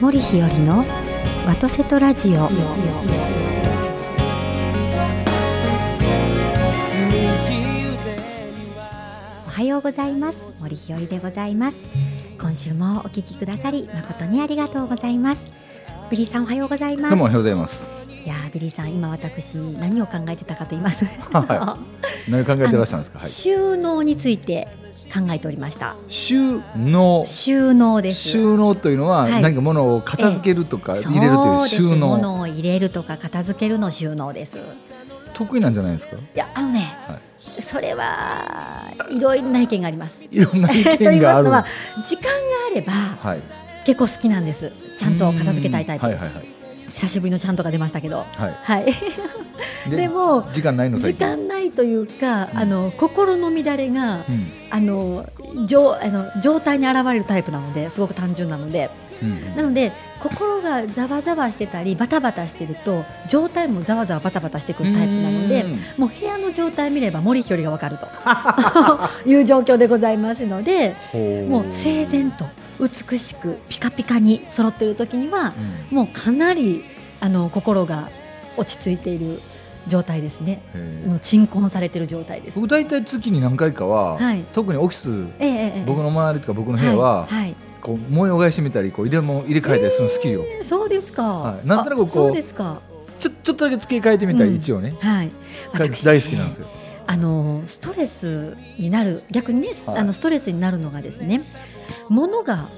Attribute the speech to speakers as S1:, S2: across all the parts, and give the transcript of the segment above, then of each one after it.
S1: 森日和のワトセトラジオおはようございます森日和でございます今週もお聞きくださり誠にありがとうございますビリーさんおはようございます
S2: どうもおはようございます。
S1: いやービリーさん今私何を考えてたかと言います、
S2: は何を考えてらっしゃるんで すか。はい。
S1: 収納について考えておりました
S2: 収納。
S1: 収納です
S2: 収納というのは
S1: はい
S2: 何か物を片付けるとか
S1: そ
S2: 入れるというう
S1: です
S2: 収納
S1: 物を入れるとか片付けるの収納です
S2: 得意なんじゃないですか。
S1: いやあのね、
S2: は
S1: それはいろいろな意見があります。
S2: いろんな意
S1: と言い
S2: 見
S1: ま
S2: があ
S1: す
S2: る
S1: の。は時間があれば
S2: はい。
S1: 結構好きなんですちゃんと片付けたいタイプです、
S2: うんはい
S1: 久しぶりのちゃんとが出ましたけど
S2: はいは
S1: はい
S2: い。
S1: でも
S2: 時間ないの
S1: 時
S2: 最近。
S1: 間ないというか、
S2: うん
S1: あの心の乱れが
S2: うん
S1: あの状あの状態に現れるタイプなのですごく単純なので
S2: うん
S1: なので心がざわざわしてたりバタバタしてると状態もざわざわバタバタしてく
S2: う
S1: る
S2: ん。
S1: タイプなので
S2: うん
S1: もう部屋の状態見れば森ひよりがわかると いう状況でございますので
S2: ほ
S1: もう整然と美しくピカピカに揃っている時には
S2: うん
S1: もうかなりあの心が落ち着いている状態ですね。
S2: へー
S1: もう鎮魂されている状態です。
S2: 僕大体月に何回かは
S1: はい
S2: 特にオフィス
S1: ええええ
S2: 僕の周りとか僕の部屋は
S1: はいはい
S2: こう模様替えしてみたりこう入れ物入れ替えたりするの好きよ。
S1: えーそうですか。
S2: はいなんとなくこう
S1: あそうですか。
S2: ちょちょっとだけ付け替えてみた
S1: うん
S2: り一応ね。
S1: はい。
S2: 大
S1: 私
S2: 好きなんですよ。
S1: あのストレスになる逆にね、
S2: はい
S1: あのストレスになるのがですね物が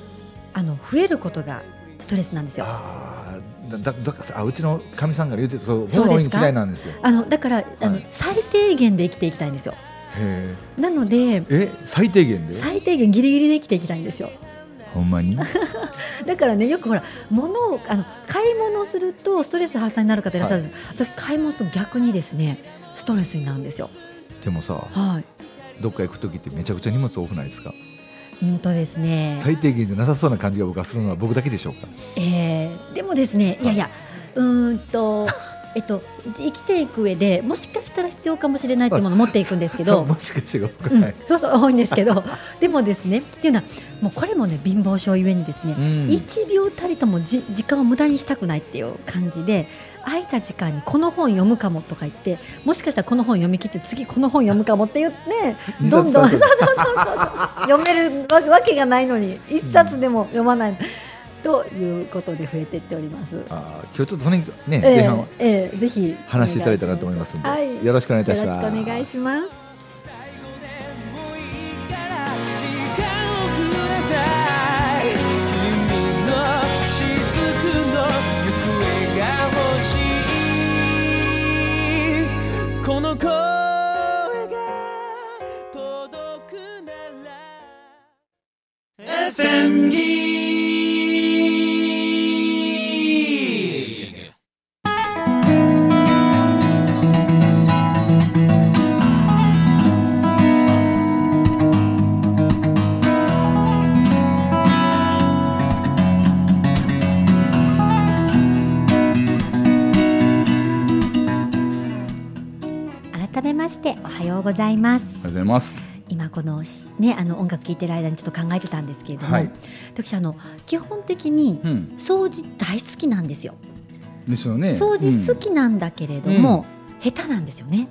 S1: あの増えることがストレスなんですよ
S2: ああ、だだだからあうちのかみさんから言ってたそう、
S1: そう
S2: 物多
S1: で
S2: い
S1: す
S2: の
S1: か
S2: 嫌いなんですよ。
S1: あのだから、あの
S2: はい
S1: 最低限で生きていきたいんですよ
S2: へ
S1: なので
S2: え、え最低限で？
S1: 最低限ギリギリで生きていきたいんですよ
S2: ほんまに？
S1: だからねよくほら物をあの買い物するとストレス発散になる方いらっしゃるんです、私買い物すると逆にですねストレスになるんですよ
S2: でもさ、
S1: はい
S2: どっか行く時ってめちゃくちゃ荷物多くないですか？
S1: うんとですね
S2: 最低限じゃなさそうな感じが僕はするのは僕だけでしょうか？
S1: えーでもですね、いやいや、うーんと。 えっと、生きていく上でもしかしたら必要かもしれないってものを持っていくんですけど、
S2: もしかして僕
S1: う
S2: は
S1: ん、そうそう多いんですけど でもですねっていうのはもうこれもね貧乏症ゆえにですね、
S2: ん
S1: 1秒たりともじ時間を無駄にしたくないっていう感じで空いた時間にこの本読むかもとか言ってもしかしたらこの本読み切って次この本読むかもって言ってどんどんそうそうそうそう読めるわわけがないのに一冊でも読まない、ということで増えていっております。
S2: ああ、今日ちょっとそれにね、
S1: え
S2: 前半
S1: え
S2: は
S1: ええぜひ
S2: 話していただいたらなと思いますんで、
S1: はい
S2: よろしくお願いい
S1: よ
S2: た
S1: ろし
S2: し
S1: く
S2: ます。
S1: お願いします。
S3: 最後でもいいから時間をください君の雫の行方が欲しいこの声が届くなら FM ギー
S1: 改めましておはようございます
S2: お。はようございます。
S1: 今このしねあの音楽聴いてる間にちょっと考えてたんですけれども、
S2: はい
S1: 私あの基本的に
S2: うん、
S1: 掃除大好きなんですよ。
S2: ですよね。
S1: 掃除好
S2: き。
S1: きなんだけれども、下手なんですよね。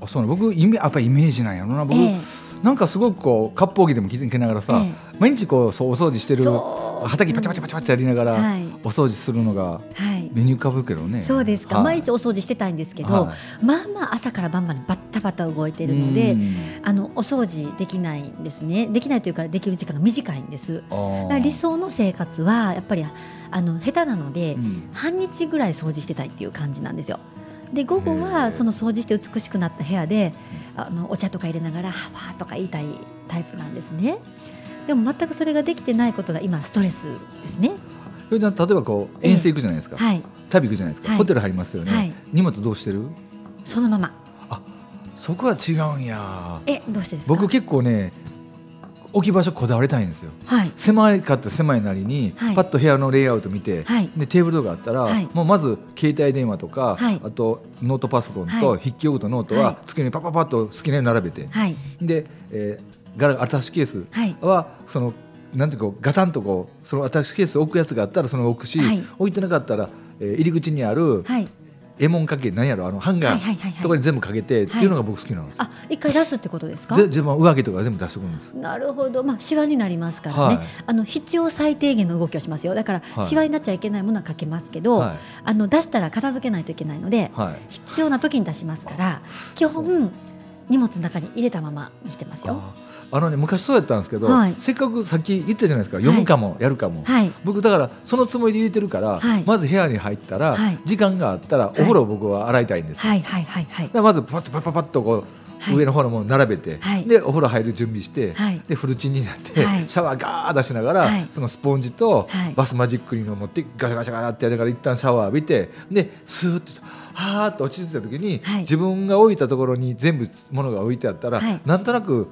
S2: あ、そうなの僕イメやっぱりイメージなんやろな僕。
S1: ええ
S2: なんかすごくこう割烹着でも着けながらさ、
S1: え
S2: 毎日こうそうお掃除してる
S1: そう
S2: 畑パチパチパチパチやりながら、
S1: はい
S2: お掃除するのが
S1: はい。
S2: 目に浮かぶけどね
S1: そうですか、毎日お掃除してたいんですけ
S2: け
S1: ど、まあまあ朝から晩までバッタバタ動いてるので、あのお掃除できないんですねできないというかできる時間が短いんですだから理想の生活はやっぱりあの下手なので、半日ぐらい掃除してたいっていう感じなんですよ。で午後
S2: へ
S1: は
S2: え
S1: その掃除して美しくなった部屋であのお茶とか入れながら「はわ」とか言いたいタイプなんですね。でも全くそれができてないことが今ストレスですね。
S2: それじゃ例えばこう遠征行くじゃないですか、
S1: はい、
S2: 旅行くじゃないですか、
S1: はい
S2: ホテル入りますよね、
S1: はい
S2: 荷物どうしてる
S1: そのまま。
S2: そこは違うんや
S1: え、どうしてですか。
S2: 僕結構ね置き場所こだわりたいんですよ
S1: はい、
S2: 狭いかって狭いなりに、
S1: はい
S2: パッと部屋のレイアウト見て、
S1: はい、
S2: でテーブルとかあったら、
S1: はい
S2: もうまず携帯電話とか、
S1: はい
S2: あとノートパソコン
S1: は
S2: と
S1: い
S2: 筆記用具とノート
S1: はい
S2: は机にパパパッと好きなように並べて、
S1: はい、
S2: で、えー、ガラガラタッシュケース
S1: はい、
S2: はそのなんていうかガタンとこうそのアタッチケース置くやつがあったらその置くし、
S1: はい
S2: 置いてなかったら、えー入り口にある
S1: はい
S2: えもんかけなんやろあのハンガ
S1: はいはいはい
S2: ー
S1: はい
S2: とかに全部かけて、っていうのが僕好きなんです、
S1: あ一回出すってことですか
S2: ぜ全部上着とか全部出してくるんです
S1: なるほど、まあ、シワになりますからね、
S2: はい
S1: あの必要最低限の動きをしますよだから、
S2: はい
S1: シワになっちゃいけないものはかけますけど、
S2: はい
S1: あの出したら片付けないといけないので、
S2: はい
S1: 必要な時に出しますから基本荷物の中に入れたままにしてますよ。
S2: あーあのね昔そうやったんですけど、
S1: はい
S2: せっかくさっき言ったじゃないですか読むかも、やるかも、
S1: はい
S2: 僕だからそのつもりで入れてるから、
S1: はい
S2: まず部屋に入ったら、
S1: はい
S2: 時間があったらお風呂を僕は洗いたいんです、
S1: はいはいはいはい
S2: だからまずパッとパッパッパッとこう、
S1: はい
S2: 上の方のもの並べて、
S1: はい
S2: でお風呂入る準備して、
S1: はい
S2: でフルチンになって、
S1: はい
S2: シャワーガー出しながら、
S1: はい
S2: そのスポンジと
S1: はい
S2: バスマジックリンを持ってガシャガシャガシャってやりながら一旦シャワー浴びてでスーッとはーっと落ち着いた時に、
S1: はい
S2: 自分が置いたところに全部物が置いてあったら、
S1: はい
S2: なんとなく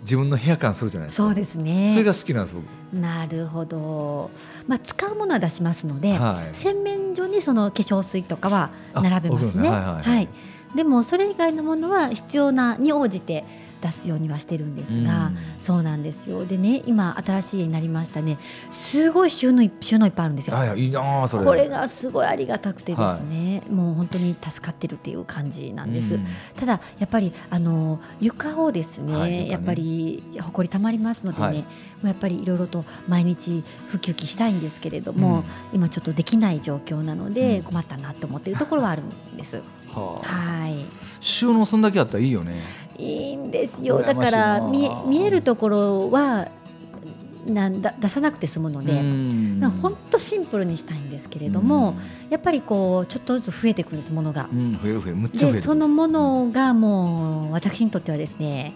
S2: 自分の部屋感するじゃないですか。
S1: そうです
S2: それ
S1: ね
S2: が好きなんです僕。
S1: なるほど、まあ、使うものは出しますので、
S2: はい
S1: 洗面所にその化粧水とかは
S2: あ
S1: 並べま
S2: 置くんで
S1: すね。
S2: すねはいはいはい
S1: でもそれ以外のものは必要なに応じて出すようにはしてるんですが、
S2: うん
S1: そうなんですよでね今新しい家になりましたねすごい収納い収納いっぱいあるんですよ。
S2: あいやいいなあそれ。
S1: これがすごいありがたくてですね、もう本当に助かってるっていう感じなんです。
S2: うん
S1: ただやっぱりあの床をですね,、
S2: はい床ね
S1: やっぱりほこりたまりますのでね、
S2: はい
S1: もうやっぱりいろいろと毎日ふきふきしたいんですけれど
S2: う
S1: も、
S2: ん
S1: 今ちょっとできない状況なの
S2: う
S1: で
S2: ん
S1: 困ったなと思っているところはあるんです。
S2: はあ、
S1: はい
S2: 収納そんだけあったらいいよね。
S1: いいんですよ
S2: 羨ましい
S1: だから
S2: な
S1: 見え見えるところはなんだ出さなくて済むので、
S2: うん
S1: なんかほんとシンプルにしたいんですけれども、やっぱりこうちょっとずつ増えてくるんですものが
S2: う。ん、うん増える増えるむっちゃ増える。
S1: でそのものがもう私にとってはですね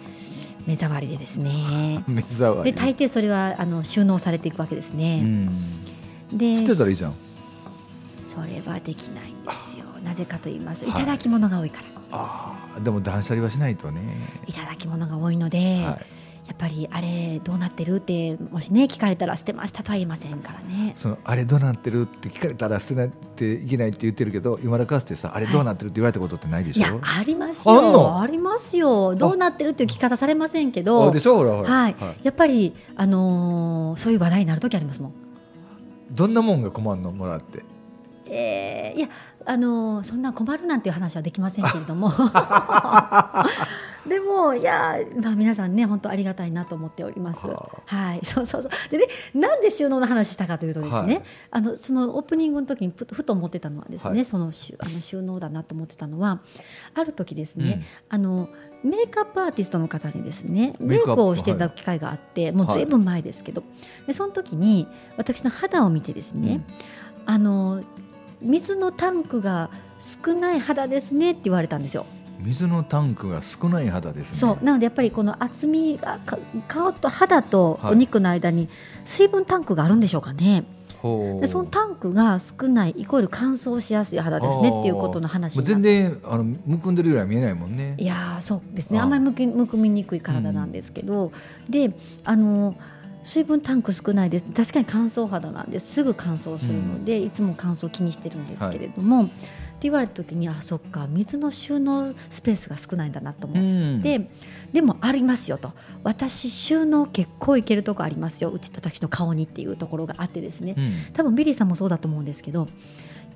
S1: 目障りでですね
S2: 目障り
S1: で大抵それはあの収納されていくわけです
S2: う
S1: ね、
S2: ん、
S1: で
S2: 捨てたらいいじゃん
S1: それはできないんですよなぜかと言いますと
S2: はい
S1: いただき物が多いから、
S2: ああでも断捨離はしないとね、
S1: い、ただき物が多いので、
S2: は
S1: や
S2: い、
S1: っぱりあれどうなってるってもしね聞かれたら捨てましたとは言いませんからね
S2: そのあれどうなってるって聞かれたら捨てないっていけないって言ってるけど今だかつてさあれどうなってるって言われたことってないで
S1: い
S2: しょ、
S1: やあります
S2: あんの
S1: よありますよどうなってるっていう聞き方されませんけ
S2: あ
S1: ど
S2: でしょほらほら、
S1: はい、やっぱり、あのーそういう話題になる時ありますもん。
S2: どんなもんが困るのもらって
S1: えーいや、あのーそんな困るなんていう話はできませんけれど もでもいや、まあ、皆さんね本当ありがたいなと思っております。
S2: は
S1: はい、そうそうそうでねなんで収納の話したかというとですね、
S2: はい
S1: あのそのオープニングの時にふふと思ってたのはですね、
S2: はい
S1: その収あの収納だなと思ってたのはある時ですね、あのメイクアップアーティストの方にですね
S2: メ
S1: メ
S2: イ
S1: イ
S2: クアップ
S1: クをしていただく機会があって、もう
S2: はい
S1: ずいぶん前ですけど、でその時に私の肌を見てですね、あの水のタンクが少ない肌ですねって言われたんですよ。
S2: 水のタンクが少ない肌ですね
S1: そうなのでやっぱりこの厚みがか顔と肌とお肉の間に水分タンクがあるんでしょうかね。
S2: ほう
S1: でそのタンクが少ないイコール乾燥しやすい肌ですねっていうことの話
S2: も
S1: に
S2: う
S1: なっ
S2: 全然あのむくんでるぐらい見えないもんね
S1: いやーそうですね
S2: あ
S1: あ
S2: あ
S1: んまりむくむくみにくい体なんですけど、であの水分タンク少ないです確かに乾燥肌なんですすぐ乾燥するので、いつも乾燥気にしてるんですけれども、って言われた時にあそっか水の収納スペースが少ないんだなと思
S2: う
S1: って。
S2: ん
S1: でもありますよと私収納結構いけるとこありますようちと私の顔にっていうところがあってですね
S2: うん
S1: 多分ビリーさんもそうだと思うんですけど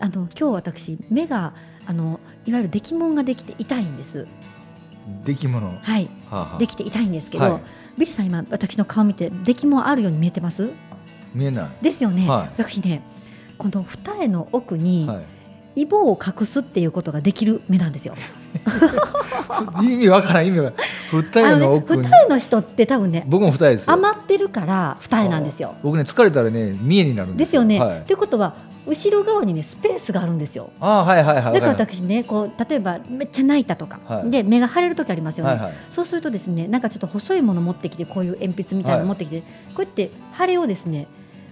S1: あの今日私目があのいわゆる出来物ができて痛いんです
S2: 出来物、は
S1: はい
S2: あはあ
S1: できていたいんですけど、
S2: はい
S1: ビリーさん今私の顔見て出来もあるように見えてます
S2: 見えな
S1: ですよね、
S2: はい
S1: 私ねこの二重の奥
S2: い、
S1: に
S2: は
S1: イボを隠すっていうことができる目なんですよ、
S2: い、意味わからん意味わからん二重の
S1: ね
S2: 奥に、
S1: 二重の人って多分ね
S2: 僕も二重ですよ
S1: 余ってるから二重なんですよ
S2: 僕ね疲れたらね見えになるんで
S1: ですすよね、
S2: はい
S1: ってことは後ろ側にねスペースがあるんですよ
S2: あーはいはいはい
S1: だから
S2: わり
S1: 私ねこう例えばめっちゃ泣いたとか、
S2: はい
S1: で目が腫れる時ありますよね、
S2: はいはい
S1: そうするとですねなんかちょっと細いもの持ってきてこういう鉛筆みたいなの持ってきて、こうやって腫れをですね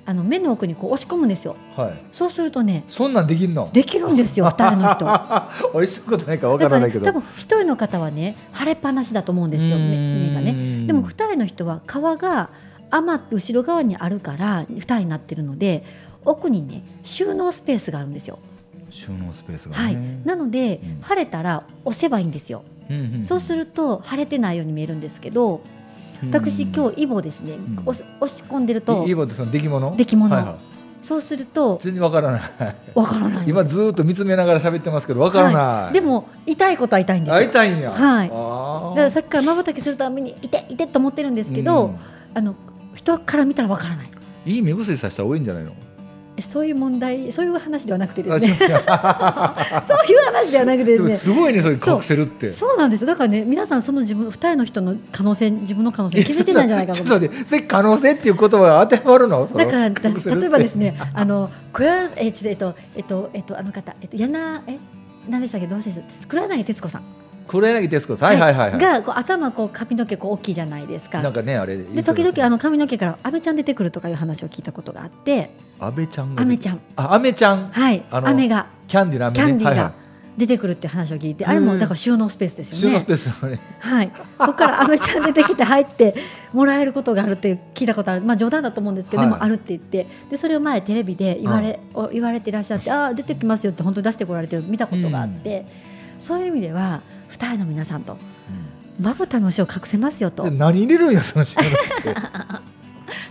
S1: あの目の奥にこう押し込むんですよ
S2: ましたはい
S1: そうするとね
S2: そんなんできんの
S1: できる んですよ二重の人だ
S2: 俺したことないからわか
S1: からら
S2: ない
S1: ね
S2: けど
S1: 多分一人の方はね腫れっぱなしだと思うんですよ
S2: うー
S1: 目
S2: ん
S1: 目がねでも二重の人は皮が余って後ろ側にあるから二重になってるので奥にね収納スペースがあるんですよ
S2: 収納スペースがね、
S1: はい、なので、
S2: うん
S1: 晴れたら押せばいいんですよ、
S2: うんうん
S1: そうすると晴れてないように見えるんですけど私今日イボですね、
S2: ん
S1: 押し押し込んでると
S2: いいことその出来物
S1: 出来物
S2: はいはい
S1: そうすると
S2: 全然わからない
S1: わからないんですよ
S2: 今ずーっと見つめながら喋ってますけどわからない、
S1: はいでも痛いことは痛いんですよ
S2: 会いたいんや
S1: は
S2: あ
S1: いだ
S2: ー
S1: からさっきからまばたきするためにいていてと思ってるんですけど、
S2: うん
S1: あの人から見たらわからない
S2: いい目薬させた方がいいんじゃないの
S1: えそういう問題そういう話ではなくて です
S2: あ
S1: ね
S2: ちょっと
S1: そういう話ではなくて
S2: でも
S1: ですね
S2: すごいねそれ隠せるって
S1: そうなんですよだからね皆さんその自分二重の人の可能性自分の可能性に気づいてないんじゃないか
S2: ち
S1: と
S2: ょっ
S1: 思
S2: と
S1: って
S2: 待ってせ可能性っていう言葉が当てはまるのその
S1: だからだ
S2: 隠せるって
S1: 例えばですね あの小屋えちょっとえっとえっとえっとあの方えっと柳え何でしたっけどうせです倉柳徹子さん
S2: 黒柳徹子さんはいはいはいはい
S1: がこう頭こう髪の毛こう大きいじゃないですか
S2: なんかねあれで
S1: で時々あの髪の毛からアメちゃん出てくるとかいう話を聞いたことがあって
S2: 安倍ちゃんが
S1: アメちゃん
S2: あ安倍ちゃん
S1: はい
S2: あの
S1: アメが
S2: キャンディーのアメ
S1: キャンディー
S2: はい
S1: が
S2: は
S1: 出てくるって話を聞いてあれもだから収納スペースで
S2: い
S1: す
S2: 収納
S1: よね
S2: スペースのね
S1: はい、そこから アメちゃん出てきて入ってもらえることがあるって聞いたことある、まあ、冗談だと思うんですけど、
S2: はい
S1: でもあるって言ってでそれを前テレビで言われ,、お言われていらっしゃってああ出てきますよって本当に出してこられてるの見たことがあって、そういう意味では二重の皆さんとまぶたの死を隠せますよと
S2: で何入れるんやその収納って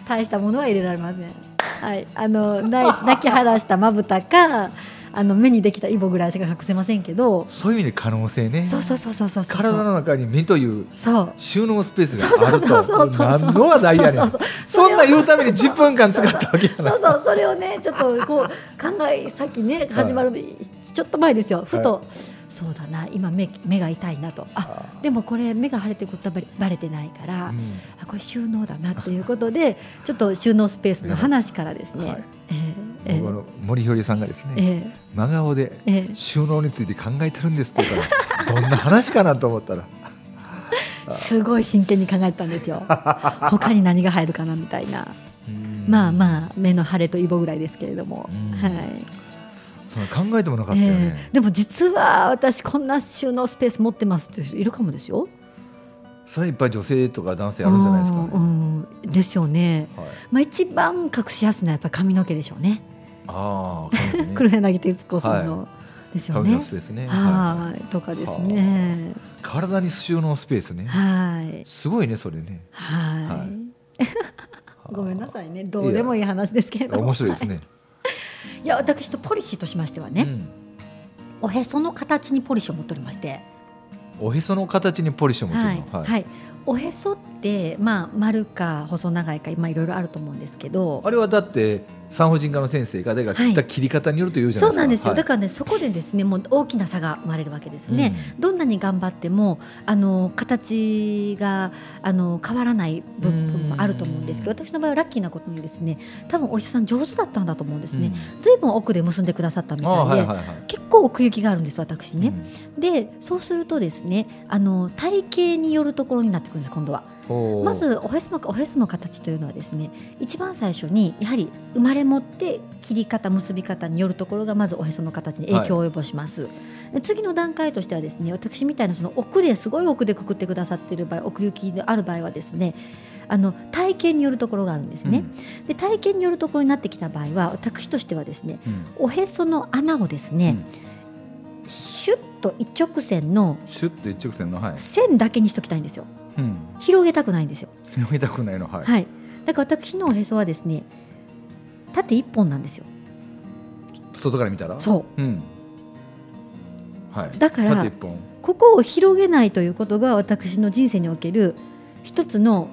S1: 大したものは入れられません、はい、あのない泣き晴らしたまぶたかあの目にできたイボぐらいしか隠せませんけど
S2: そういう意味で可能性ね
S1: そうそうそうそうそうそう
S2: 体の中に目という
S1: そう
S2: 収納スペース
S1: そう
S2: があ
S1: そ
S2: る
S1: うそうそうそう
S2: と何の話題やね
S1: そうんそうそう
S2: そんな言うために10分間使ったわけやな
S1: そうそうそれをねちょっとこう考えさっきね始まる、ちょっと前ですよふと、そうだな今目目が痛いなとあ
S2: あー
S1: でもこれ目が腫れてることはバレバレてないから、
S2: うん
S1: あこれ収納だなということでちょっと収納スペースの話からですね、
S2: はい
S1: えーえー
S2: 僕あの森ひよりさんがです
S1: え
S2: ね
S1: ー
S2: 真顔で
S1: ええ
S2: 収納について考えてるんですって言うから どんな話かなと思ったら
S1: すごい真剣に考えてたんで すよ他に何が入るかなみたいな、まあ
S2: あ
S1: まあ目の腫れとイボぐらいですけれども、
S2: うん
S1: はい。
S2: その考えてもなかったよ
S1: え
S2: ね
S1: えでも実は私こんな収納スペース持ってますっていう人いるかもですよ。
S2: それはいっぱい女性とか男性あるんじゃないですかね
S1: うんうんですよね。
S2: はい
S1: まあ一番隠しやすいのはやっぱり髪の毛でしょうね。
S2: ああ髪の毛 ね
S1: 黒柳徹子さんの、
S2: は
S1: ですよ
S2: 髪の
S1: ね
S2: ス。ペースねは
S1: はいとかですね。
S2: い体に収納スペースね
S1: はい
S2: すごいねそれね
S1: はい。
S2: はい
S1: ごめんなさいねどうでもいい話ですけれども
S2: 面白いですね
S1: いや私とポリシーとしましてはね、
S2: うん
S1: おへその形にポリシーを持っておりまして、
S2: おへその形にポリション持ってるの
S1: はい、はい、おへそって、まあ、丸か細長いか、まあ、いろいろあると思うんですけど
S2: あ。れはだって産婦人科の先生が誰が切った切り方によると言うじゃな
S1: そ
S2: いう
S1: なんで
S2: ですす
S1: よ、
S2: か。
S1: だからねそこでですねもう大きな差が生まれるわけですね、どんなに頑張ってもあの形があの変わらない部分もあると思うんですけど
S2: うん
S1: 私の場合はラッキーなことにですね多分お医者さん上手だったんだと思うんです
S2: うん
S1: ね、ずいぶん奥で結んでくださったみ
S2: うんああ
S1: た
S2: はいい
S1: で、
S2: はいはい。
S1: 結構奥行きがあるんです私ね、
S2: うん
S1: でそうするとですねあの体型によるところになってくるんです今度は。
S2: ほう
S1: まずおへそのおへその形というのはですね一番最初にやはり生まれ持って切り方結び方によるところがまずおへその形に影響を及ぼします、で次の段階としてはですね私みたいなその奥ですごい奥でくくってくださっている場合奥行きである場合はですねあの体型によるところがあるんですね、で体型によるところになってきた場合は私としてはですね
S2: うんうん
S1: おへその穴をですね、シュッと一直線の
S2: シュッと一直線のはい。
S1: 線だけにしときたいんですよ
S2: うん。
S1: 広げたくないんですよ
S2: 広げたくないのはい。
S1: はい、だから私のおへそはですね縦一本なんですよ
S2: 外から見たら。。
S1: そう
S2: うん。はい。
S1: だから
S2: 縦一本。
S1: うここを広げないということが私の人生における一つの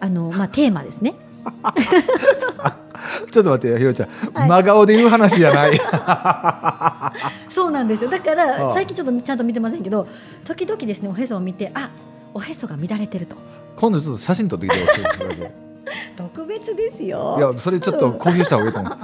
S1: あの、まあ、テーマですね
S2: ちょっと待ってよひろちゃん、
S1: はい
S2: 真顔で言う話じゃ ない。
S1: そうなんですよだから
S2: ああ
S1: 最近ちょっとちゃんと見てませんけど時々ですねおへそを見てあおへそが乱れてると
S2: 今度ちょっと写真撮ってきてほしい。
S1: 特別です
S2: い
S1: よ
S2: やそれちょっと公表した方がいいと 思う。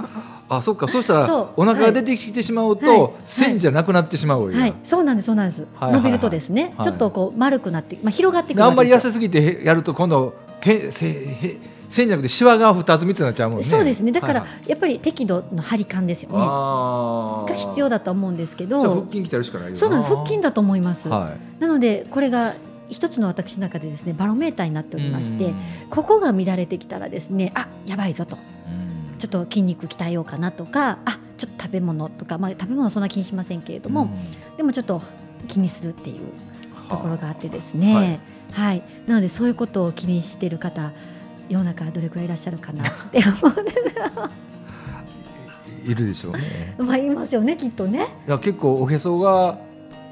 S2: あそっかそうした
S1: そ
S2: ら
S1: う
S2: お腹が出てきてしまう
S1: はいはい
S2: と線じゃなくなってしまうよ。
S1: はいそうなんですそうなんです、
S2: いはいはい
S1: 伸びるとですね、
S2: はい
S1: ちょっとこう丸くなって、まあ、広がってくる
S2: あんまり痩
S1: ですよ
S2: せすぎてへやると今度へせへ線じゃなくてシワが二つ三つになっちゃうもんね。
S1: そうですねだから、
S2: はいはい
S1: やっぱり適度の張り感ですよね
S2: あ
S1: が必要
S2: だ。
S1: だと思うんですけど
S2: じゃあ腹筋鍛えるしかないよな。
S1: そうなんです腹筋だと思います、
S2: は
S1: なのでこれが一つの私の中でですねバロメーターになってお
S2: い。
S1: りまして
S2: うん
S1: ここが乱れてきたらですねあやばいぞと
S2: うん
S1: ちょっと筋肉鍛えようかなとかあちょっと食べ物とか、まあ、食べ物はそんな気にしませんけれども、
S2: うん
S1: でもちょっと気にするっていうところがあってですね、
S2: はい
S1: はい、なのでそういうことを気にしてる方世の中どれくらいいらっしゃるかなって思うね
S2: いるでしょうね
S1: まあ言いますよねきっとね
S2: いや結構おへそが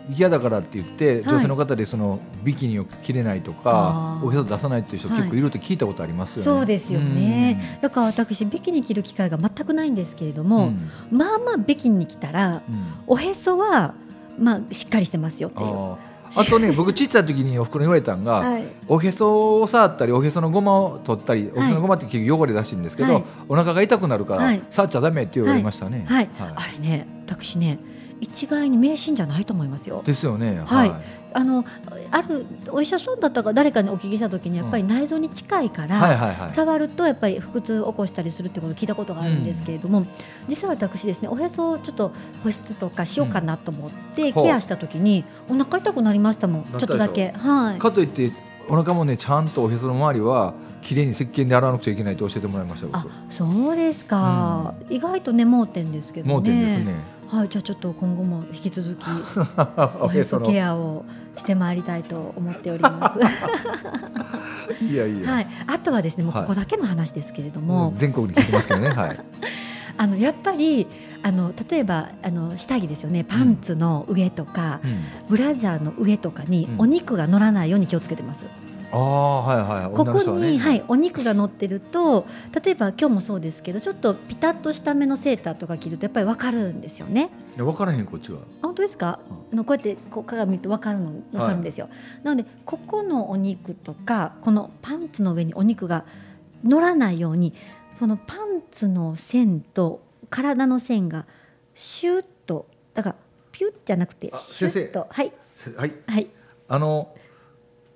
S2: 嫌だからって言って、
S1: い
S2: 女性の方でそのビキニを着れないとか
S1: あー
S2: おへそ出さないっていう人
S1: はい
S2: 結構いると聞いたことありますよね。
S1: そうですよねだから私ビキニ着る機会が全くないんですけれど
S2: うん。
S1: も、まあまあビキニ着たら
S2: うんうん
S1: おへそはまあしっかりしてますよっていう。
S2: あーあとね僕ちっちゃい時におふくろに言われたんが、
S1: はい、
S2: おへそを触ったりおへそのごまを取ったりお
S1: い
S2: へそのごまって結局汚れらしいんですけど、
S1: はい
S2: お腹が痛くなるから、
S1: はい
S2: 触っちゃダメって言われましたね。
S1: はい、あれね、私ね、一概に迷信じゃないと思いますよ。
S2: ですよね。
S1: はいあの、あるお医者さんだったか、誰かにお聞きした時に、やっぱり内臓に近いから。
S2: はいはいはい。
S1: 触るとやっぱり腹痛を起こしたりするってことを聞いたことがあるんですけれども、実は私ですねおへそをちょっと保湿とかしようかなと思って
S2: ほう
S1: ケアした時にお腹痛くなりましたもんちょ
S2: な
S1: っ
S2: ったでしょ
S1: とだけはい
S2: かといってお腹もねちゃんとおへその周りは綺麗に石鹸で洗わなくちゃいけないと教えてもらいました
S1: あ
S2: 僕。
S1: そうですか、意外とね盲点ですけどね
S2: 盲点ですね。
S1: はいじゃあちょっと今後も引き続 きお
S2: お
S1: へ
S2: へ
S1: そ
S2: その
S1: ケアをしてまいりたいと思ってお ります。
S2: いやいや。
S1: はい、あとはですね、もう
S2: はい
S1: ここだけの話ですけれど
S2: も
S1: も、
S2: う全国に聞いてますけどね。はい。
S1: あのやっぱり。あの例えばあの下着ですよねパンツの上とか、
S2: うん
S1: ブラジャーの上とかに
S2: うん
S1: お肉が乗らないように気をつけてます、
S2: ああはいはい。
S1: ここ
S2: 女の人は
S1: に、
S2: ね
S1: はい、お肉が乗ってると例えば今日もそうですけどちょっとピタッとした目のセーターとか着るとやっぱり分かるんですよね
S2: いや分からへんこっちは。
S1: あ本当ですか、あのこうやってこう鏡見ると分かるの分かるんですよ、なのでここのお肉とかこのパンツの上にお肉が乗らないようにこのパンツの線と体の線がシュッとだからピュッじゃなくて
S2: あ
S1: シュッとはい
S2: せはい。
S1: はい
S2: あの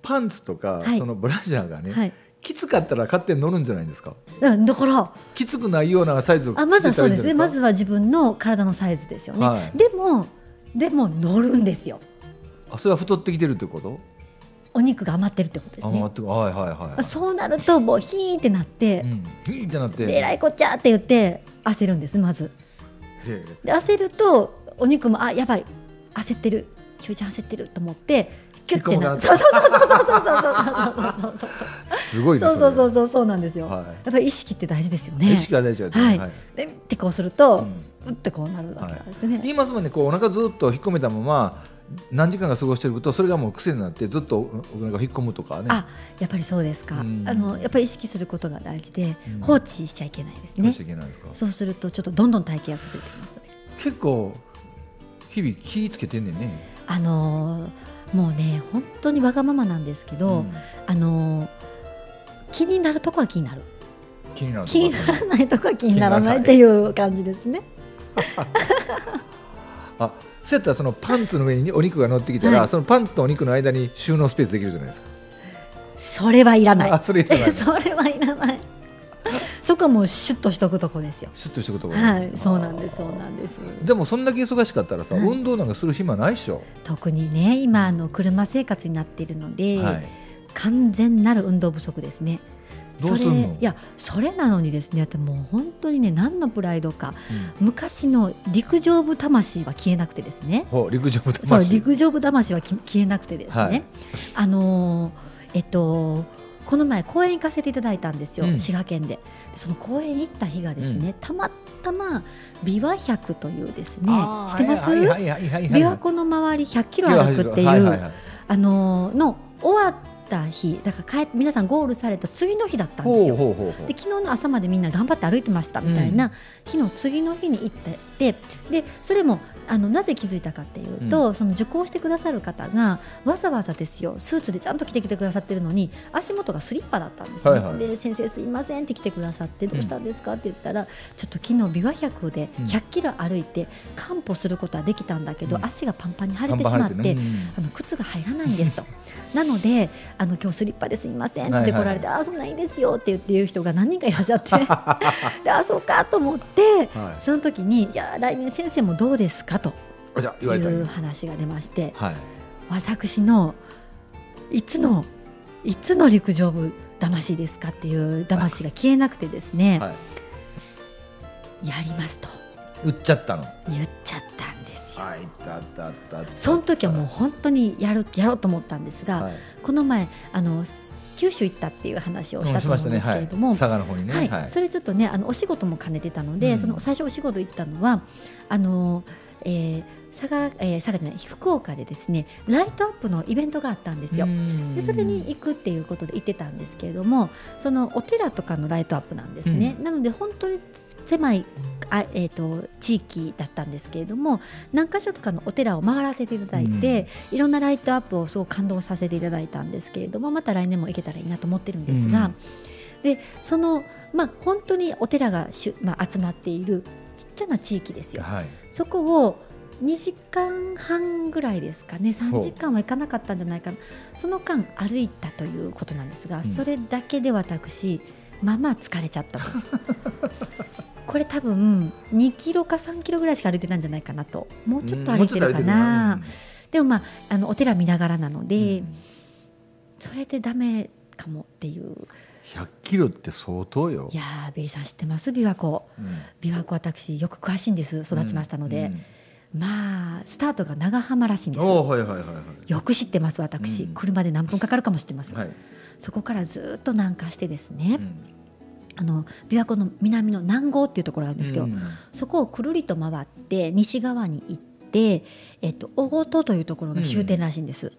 S2: パンツとか、
S1: はい
S2: そのブラジャーがね、
S1: はい
S2: きつかったら勝手に乗るんじゃないですか。
S1: うんだから
S2: きつくないようなサイズを
S1: あまずはそうですねまず
S2: は
S1: は自分の体のサイズですよね、
S2: はい
S1: でもでも乗るんですよ
S2: あそれは太ってきてるってこと？
S1: お肉が余ってるってことです
S2: あ
S1: ね
S2: 待ってはいはいはい。
S1: そうなるともうヒーンってなって、
S2: うん。ヒーってなって。
S1: でえらいこっちゃって言って焦るんですまず
S2: へえ
S1: で焦るとお肉もあやばい焦ってるひよりちゃん焦ってると思ってキュッてなる
S2: 引っ
S1: そう
S2: 込
S1: そうそうそうそうそうそう
S2: すごいね。
S1: そうそうそうそう
S2: そ
S1: そうそうそうそうなんですよ、
S2: はい
S1: やっぱり意識って大事ですよ
S2: れ
S1: ね
S2: 意識が大事だと
S1: はい、
S2: はい
S1: でってこうすると、
S2: う
S1: うってこうなるわけなんですね、
S2: 言いますもんねこうお腹ずっと引っ込めたまま何時間か過ごしてるとそれがもう癖になってずっとお腹引っ込むとかね
S1: あやっぱりそうですか、
S2: うん
S1: あのやっぱり意識することが大事で、
S2: うん
S1: 放置しちゃいけないです
S2: どう
S1: ね
S2: していけないんですか
S1: そうするとちょっとどんどん体型が崩れてきますので
S2: 結構日々気ぃつけてんねんね
S1: あのーもうね本当にわがままなんですけど、
S2: うん
S1: あのー気になるとこは気になる
S2: 気になると
S1: 気
S2: こ
S1: にならないとこは気にならないっていう感じですね
S2: あそうやったらそのパンツの上にお肉が乗ってきたら、
S1: はい
S2: そのパンツとお肉の間に収納スペースできるじゃないですか、
S1: それはいらない
S2: あそれいらない
S1: それはいらないそこはもうシュッとしとくとこですよ
S2: シュッとしたことが多
S1: はいそうなんですそうなんです
S2: でもそんだけ忙しかったらさ、
S1: はい
S2: 運動なんかする暇ないっしょ、
S1: 特にね今あの車生活になっているので、
S2: はい、
S1: 完全なる運動不足ですね。
S2: どうすんの
S1: それいやそれなのにですねだってもう本当にね何のプライドか
S2: うん
S1: 昔の陸上部魂は消えなくてですね
S2: ほう陸上部
S1: そう
S2: 魂
S1: 陸上部魂はき消えなくてですね、
S2: はい
S1: あのーえっとこの前公園行かせていただいたんですよ、
S2: うん
S1: 滋賀県でその公園行った日がですね、たまたま琵琶百というですね
S2: あー
S1: 知ってます、
S2: はいはいはいはいはい
S1: 琵琶湖の周り100キロ歩くっていう、
S2: はいはいはい
S1: あのーの終わった日だから帰皆さんゴールされた次の日だったんで
S2: ほ
S1: す
S2: う
S1: よ。
S2: ほうほうほう
S1: で昨日の朝までみんな頑張って歩いてましたみたいな日の次の日に行っててでそれもあのなぜ気づいたかっていうと、その受講してくださる方がわざわざですよスーツでちゃんと着てきてくださってるのに足元がスリッパだったんですね、
S2: はいはい
S1: で先生すいませんって来てくださってどうしたんですかって言ったら、ちょっと昨日琵琶百で
S2: うん
S1: 100キロ歩いて完歩することはできたんだけど、
S2: うん
S1: 足がパンパンに腫れてしま
S2: 頑張
S1: っ
S2: られ
S1: て
S2: るね
S1: あの靴が入らないんです となのであの今日スリッパですいませんって言って来られて、ああそんなんいいですよって言って言う人が何人かいらっし ゃってでああそうかと思って
S2: うんはい
S1: その時にいや来年先生もどうですかと
S2: あじゃあ
S1: い
S2: 言われたん
S1: う
S2: や
S1: 話が出まして
S2: はい
S1: 私のいつのいつの陸上部魂ですかっていう魂が消えなくてですね、
S2: はい
S1: やりますと
S2: 売っちゃったの
S1: 言っちゃったんですよ。ですよ。
S2: あいたあったあったあった
S1: その時はもう本当にやるやろうと思ったんですが、
S2: はい
S1: この前あの九州行ったっていう話をしたと
S2: ま
S1: 思
S2: した
S1: うん
S2: ね
S1: ですけ
S2: は
S1: れ
S2: い
S1: ども、
S2: 佐賀の方にね
S1: はい
S2: はい
S1: それちょっとねあのお仕事も兼ねてたので、
S2: うん
S1: その最初お仕事行ったのはあの、えー佐賀えー佐賀じゃない福岡でですねライトアップのイベントがあったんですよ。でそれに行くっていうことで行ってたんですけれどもそのお寺とかのライトアップなんですね、なので本当に狭いあ、えー、と地域だったんですけれども何か所とかのお寺を回らせていただいて、いろんなライトアップをすごく感動させていただいたんですけれどもまた来年も行けたらいいなと思ってるんですが、でその、まあ、本当にお寺がしゅ、まあ、集まっているちっちゃな地域ですよ。
S2: はい
S1: そこを2時間半ぐらいですかね
S2: ほう
S1: 3時間はいかなかったんじゃないかなその間歩いたということなんですが、
S2: ん
S1: それだけで私まあまあ疲れちゃったとこれ多分2キロか3キロぐらいしか歩いてないんじゃないかなともうちょっと歩いてるかな、でもまああのお寺見ながらなので、それでダメかもっていう
S2: 100キロって相当よ
S1: いやーベリーさん知ってます琵琶湖
S2: うん
S1: 琵琶湖私よく詳しいんです育ちましたので。
S2: うん
S1: まあスタートが長浜らしいんです
S2: おーはいはいはいは
S1: よく知ってます私、
S2: うん
S1: 車で何分かかるかも知ってま
S2: い
S1: す、
S2: はい
S1: そこからずっと南下してですね、
S2: うん
S1: あの琵琶湖の南の南郷っていうところがあるんですけど、
S2: うん
S1: そこをくるりと回って西側に行って、えっと、大琴というところが終点らしいんです、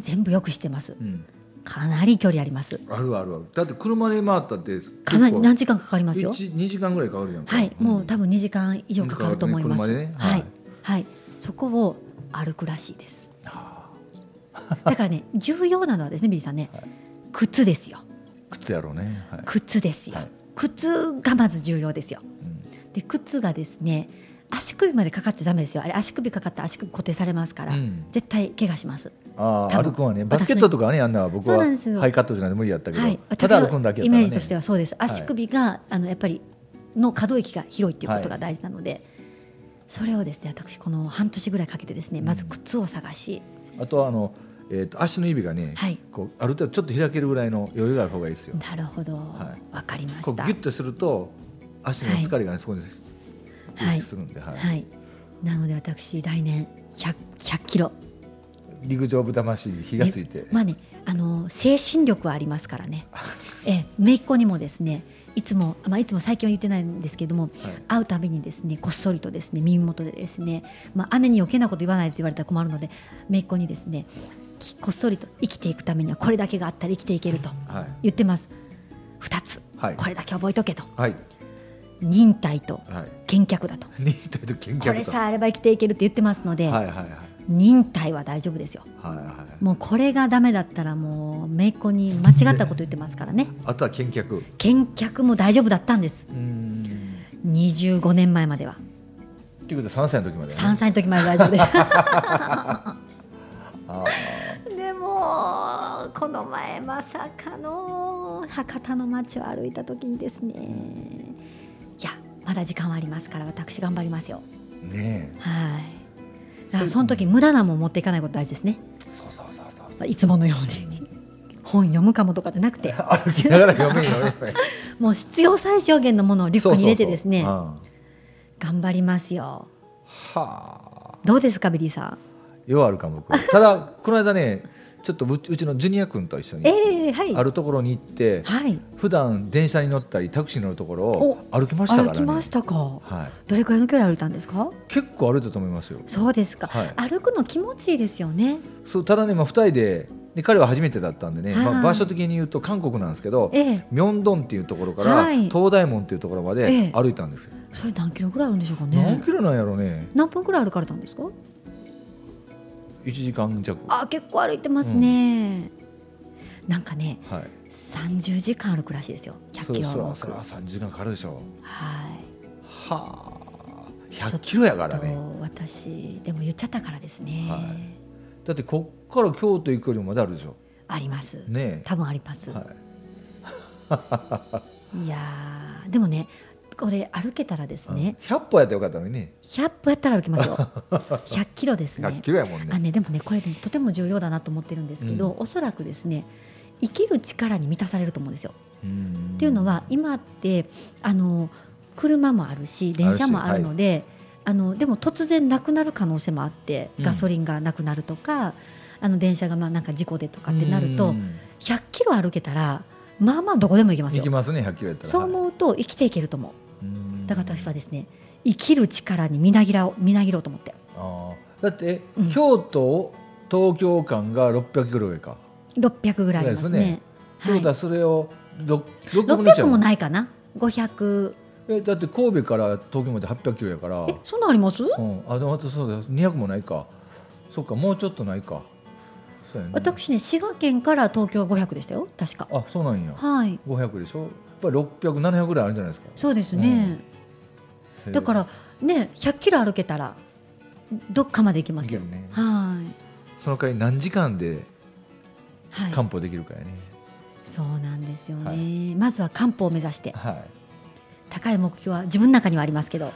S1: 全部よく知ってます
S2: うん
S1: かなり距離あります
S2: あるあるあるだって車で回ったって
S1: かなり何
S2: 時
S1: 時間かかりますよ
S2: 2時間ぐらいかかるやんか
S1: はい、もう多
S2: 分
S1: 分2時間以上かかると思います、
S2: うん車でね
S1: は
S2: はい
S1: い、はい、そこを歩くらしいですだからね重要なのはですねビリーさんね、靴ですよ
S2: 靴やろうねはい
S1: 靴ですよ、
S2: はい
S1: 靴がまず重要ですよ
S2: うん
S1: で靴がですね足首までかかってダメですよあれ足首かかったら足首固定されますから、
S2: うん
S1: 絶対怪我します
S2: ああ
S1: 多分
S2: 歩くんはね
S1: 私
S2: バスケットとかはねあんなは僕
S1: そう
S2: は
S1: なんですよ
S2: ハイカットじゃないと無理やったけど、
S1: はい
S2: ただ歩くんだけや
S1: イ
S2: ったら
S1: メ
S2: ね
S1: ージとしてはそうです足首が、あのやっぱりの可動域が広いっていうことが大事なので、それをですね私この半年ぐらいかけてですねまず靴を探し、
S2: あとはあの、えー、と足の指がね、
S1: はい
S2: こうある程度ちょっと開けるぐらいの余裕がある方がいいですよ。
S1: なるほど、わ
S2: い
S1: かりま
S2: こう
S1: し
S2: ギ
S1: た
S2: ュッとすると足の疲れがね、そこに意
S1: はい
S2: 識するんで、はい
S1: はい、なので私来年 100, 100キロ
S2: 陸上ぶ魂に火がついて、
S1: えまあねあの精神力はありますからね えめいっ子にもですねいつも、まあ、いつも最近は言ってないんですけども、
S2: はい
S1: 会うたびにですねこっそりとですね耳元でですね、まあ、姉に余計なこと言わないと言われたら困るのでめいっ子にですねきこっそりと生きていくためにはこれだけがあったら生きていけると
S2: はい
S1: 言ってます2つ、
S2: はい
S1: これだけ覚えとけと
S2: はい
S1: 忍耐と
S2: はい
S1: 健脚だと
S2: 忍耐と健脚と
S1: これさえあれば生きていけるって言ってますので、
S2: はいはいはいはい
S1: 忍耐は大丈夫ですよ
S2: はい
S1: もうこれがダメだったらもうめいっ子に間違ったこと言ってますからね
S2: あとは健脚
S1: 見客も大丈夫だったんです
S2: うーん
S1: 25年前までは
S2: ということで3歳の時まで、ね、
S1: 3歳の時まで大丈夫です
S2: あ
S1: でもこの前まさかの博多の街を歩いた時にですねいやまだ時間はありますから私頑張りますよ
S2: ーねえ
S1: はいだからその時無駄なもん持っていかないこと大事ですね
S2: そうそうそうそう
S1: いつものように本読むかもとかじゃなくて
S2: 歩きながら読めんよやっぱ り
S1: もう必要最小限のものをリュックに入れてですね
S2: そうそうそううん
S1: 頑張りますよ
S2: はあ
S1: どうですかビリーさん
S2: ようあるかも僕ただこの間ねちょっとうちうちのジュニア君と一緒に
S1: ええはい
S2: あるところに行って、
S1: はい
S2: 普段電車に乗ったりタクシーに乗るところを歩きましたからね
S1: 歩きましたか
S2: はい、
S1: どれくらいの距離歩いたんですか
S2: 結構歩いたと思いますよ
S1: そうですか、
S2: はい
S1: 歩くの気持ちいいですよね
S2: そうただね、まあ、2人でで彼は初めてだったんでね、
S1: はい
S2: まあ、場所的に言うと韓国なんですけど
S1: ええ
S2: ミョンドンっていうところから
S1: はい
S2: 東大門っていうところまで
S1: ええ
S2: 歩いたんですよ、
S1: それ何キロぐらいあるんでしょうか
S2: 何
S1: ね
S2: キロなんやろね
S1: 何分くらい歩かれたんですか
S2: 1時間弱は
S1: あ結構歩いてますね、なんかね
S2: い
S1: 30時間歩くらしいですよ100
S2: そう
S1: キロ
S2: そう
S1: 歩
S2: そ
S1: く
S2: れは3時間かかるでしょ
S1: はい
S2: はあ100キロやからね
S1: と私でも言っちゃったからですね、
S2: はだってこっから京都行くよりもまだあるでしょ
S1: あります、
S2: ね
S1: 多分あります、
S2: え、はい、
S1: い、やーでもねこれ歩けたらですね、
S2: 100歩やったらよかったのにね
S1: 100歩やったら歩きますよ 100キロですね
S2: 100キロやもん
S1: あ
S2: ね
S1: ねでもねこれねとても重要だなと思ってるんですけど、おそらくですね生きる力に満たされると思うんですよ。
S2: うん
S1: っていうのは今ってあの車もあるし電車もあるのでああのでも突然なくなる可能性もあって
S2: うん
S1: ガソリンがなくなるとか、あの電車がまあなんか事故でとかってなると、
S2: うん
S1: 100キロ歩けたらまあまあどこでも行けます
S2: 行
S1: よ
S2: きますね100キロやったら
S1: そう思うと生きていけると思う
S2: うん
S1: だから私はですね生きる力にみなぎらをみなぎろうと思って
S2: あーだって、
S1: うん
S2: 京都東京間が600キロぐらいか、
S1: 600ぐらいありますね
S2: そうだ
S1: はい、
S2: それをど600分の1
S1: 600も
S2: い
S1: ないかな500
S2: えだって神戸から東京まで800キロやから
S1: えそんなんあります
S2: うん、あでもあとそうだ200もないかそっかもうちょっとないかそうやね
S1: 私ね滋賀県から東京は500でしたよ確か
S2: あそうなんや
S1: はい
S2: 500でしょやっぱり600700ぐらいあるんじゃないですか
S1: そうですね、
S2: へー
S1: だからね100キロ歩けたらどっかまで行きますよ、
S2: 行けるね
S1: はい
S2: その代わり何時間で
S1: はい
S2: 漢方できるかやね
S1: そうなんですよね、
S2: は
S1: まずは漢方を目指して
S2: はい
S1: 高い目標は自分の中にはありますけど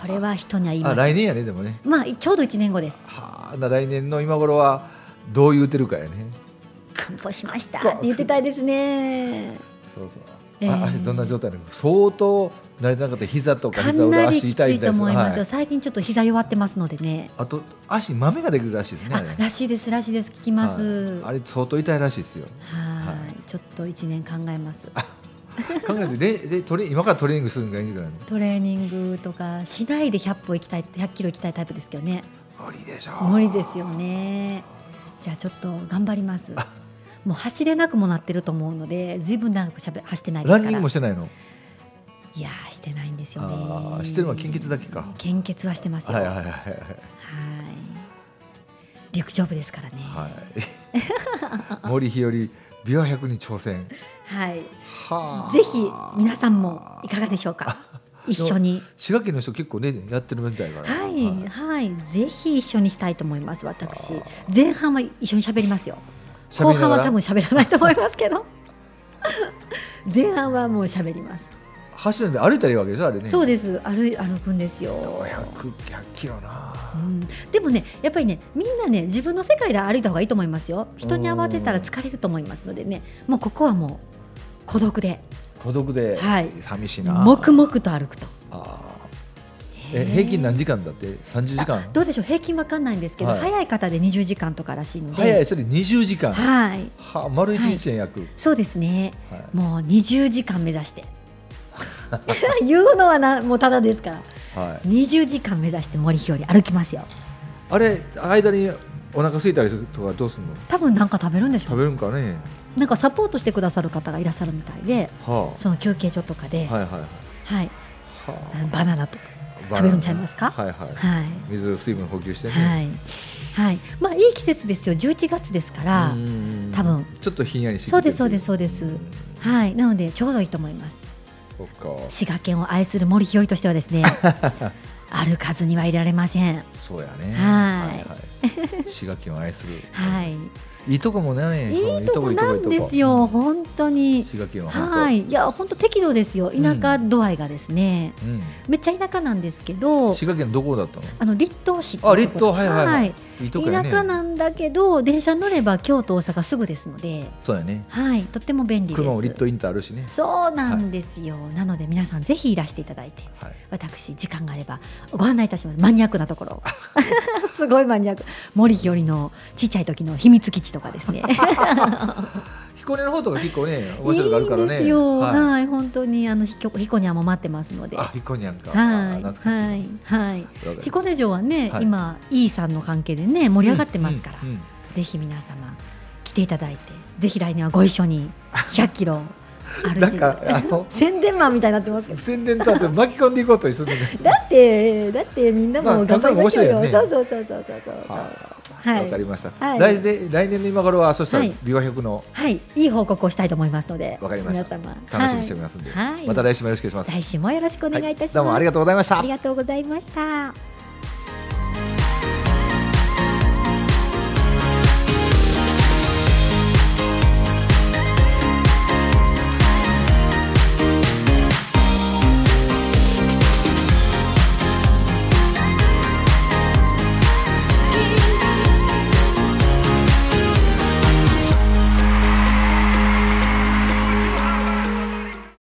S1: それは人には言いま
S2: あ
S1: せん
S2: 来年やねでもね
S1: まあちょうど1年後です
S2: はあな来年の今頃はどう言うてるかやね
S1: 漢方しましたって言ってたいです ね
S2: そうそう、
S1: えー
S2: あ足どんな状態なのか相当慣れてなかったら膝とか
S1: か
S2: 膝裏
S1: なり
S2: 足
S1: きつ
S2: 痛い
S1: い
S2: みた
S1: と
S2: いです
S1: 思いますよ、
S2: はい、
S1: 最近ちょっと膝弱ってますのでね
S2: あと足豆ができるらしいですね
S1: あ
S2: れ
S1: らしいですらしいです聞きます
S2: はいあれ相当痛いらしいですよ
S1: はい
S2: は
S1: ちょっと1年考えます
S2: 考えてれれトレ今からトレーニングするのがいいんじゃないの
S1: トレーニングとかしないで100歩行きたい100キロ行きたいタイプですけどね
S2: 無理でしょう
S1: 無理ですよねじゃあちょっと頑張りますもう走れなくもなってると思うのでずいぶん長くしゃべ走ってないで
S2: ラ
S1: す
S2: ンニ
S1: か
S2: ング
S1: ら
S2: もしてないの
S1: いやーしてないんですよ
S2: あー
S1: ね
S2: してるのは献血だけか
S1: 献血はしてますよ
S2: はいはいはい
S1: はい陸上部ですからね
S2: はいはい森日和琵琶百に挑戦
S1: はい、
S2: はあ
S1: ぜひ皆さんもいかがでしょう か一緒に
S2: 滋賀県の人結構ねやってるみたいだから
S1: は
S2: はい
S1: はいぜひ一緒にしたいと思います私前半は一緒に喋りますよ
S2: 喋
S1: 後
S2: りなが
S1: 半は
S2: ら
S1: 多分喋らないと思いますけど 前半はもう喋ります、
S2: 走るんで歩いたらいいわけでしょあれね
S1: そう
S2: す
S1: です歩い歩くんですよ、
S2: 100 100キロな
S1: うん、でもねやっぱりねみんなね自分の世界で歩いた方がいいと思いますよ人に合わせたら疲れると思いますのでねもうここはもう孤独で
S2: 孤独で
S1: はい
S2: 寂しいな
S1: 黙々と歩くと
S2: あーえ平均何時間だって30時間
S1: どうでしょう平均わかんないんですけど、
S2: はい
S1: 早い方で20時間とからしいので
S2: 早い人で20時間は
S1: はい
S2: あ丸一日で約
S1: そうですね
S2: はい
S1: もう20時間目指して 言うのはなもうただですから
S2: はい
S1: 20時間目指して森日和歩きますよ
S2: あれ間にお腹空いたりとかどうするの
S1: 多分なんか食べるんでしょ
S2: 食べるんかね
S1: うなんかサポートしてくださる方がいらっしゃるみたいで
S2: は
S1: その休憩所とかで、
S2: あ
S1: はい
S2: はいはいはいは
S1: バナナとか
S2: あ
S1: 食べるんちゃいますか
S2: はいはい
S1: はい
S2: 水水分補給してね
S1: はい、はい、まあいい季節ですよ11月ですから、
S2: うんうんうん
S1: 多分
S2: ちょっとひんやりしてきて
S1: そうですそうですそうです
S2: ん
S1: はいなのでちょうどいいと思います
S2: そっか
S1: 滋賀県を愛する森日和としてはで すね歩かずにはいられません
S2: そうやね
S1: はい
S2: いはい滋賀県を愛する
S1: はい
S2: いいとこもね
S1: いいとこなんです
S2: いいとこいいとこ
S1: よ本当に
S2: 滋賀県は本当
S1: はいいや本当適度ですよ田舎度合いがですね、
S2: うん
S1: めっちゃ田舎なんですけど
S2: 滋賀県どこだったの
S1: あの立東市って
S2: あ
S1: いう
S2: 立
S1: ところ
S2: 東はいはいはいいいとこや
S1: 田
S2: ね
S1: 舎なんだけど電車乗れば京都大阪すぐですので
S2: そうやね
S1: はいとっても便利です
S2: 熊も立東インターあるしね
S1: そうなんですよ、なので皆さんぜひいらしていただいて
S2: はい
S1: 私時間があればご案内いたしますマニアックなところ すごいマニアック森日和のちっちゃい時の秘密基地とかですね
S2: 彦根の方とか結構ね 面
S1: い
S2: 白いとこあるから
S1: いん
S2: ね
S1: ですよはい、
S2: はい
S1: 本当にあのひこ彦根はもう待ってますので
S2: あ
S1: は
S2: 彦根やんか
S1: い
S2: あ
S1: は
S2: 懐かしい
S1: いはい
S2: わかり
S1: 彦根城はね、
S2: はい
S1: 今 E さんの関係でね盛り上がってますから、
S2: うんうん
S1: ぜひ皆様来ていただいてぜひ来年はご一緒に100キロ歩いてい
S2: な
S1: ただい
S2: ん
S1: て
S2: かあの
S1: 宣伝マンみたいになってますけど。
S2: 宣伝とあと巻き込んでいこうとするんだけど
S1: だって、だって、みんな
S2: まあ
S1: も頑張りましょうよ。
S2: 考えれば面白いよ
S1: そ
S2: ね
S1: うそうそうそうそうそうそう。は
S2: わかり
S1: い。
S2: ました、
S1: はい
S2: 来年来年の今頃はそしたら
S1: はい
S2: 琵琶百の
S1: はい、いい報告をしたいと思いますので。
S2: わかりました
S1: 皆様。
S2: 楽しみにしておりますんで、
S1: はい。
S2: また来週もよろしくお願いします
S1: 来週もよろしくお願いいたします。
S2: はどうもありがとうございました
S1: ありがとうございました。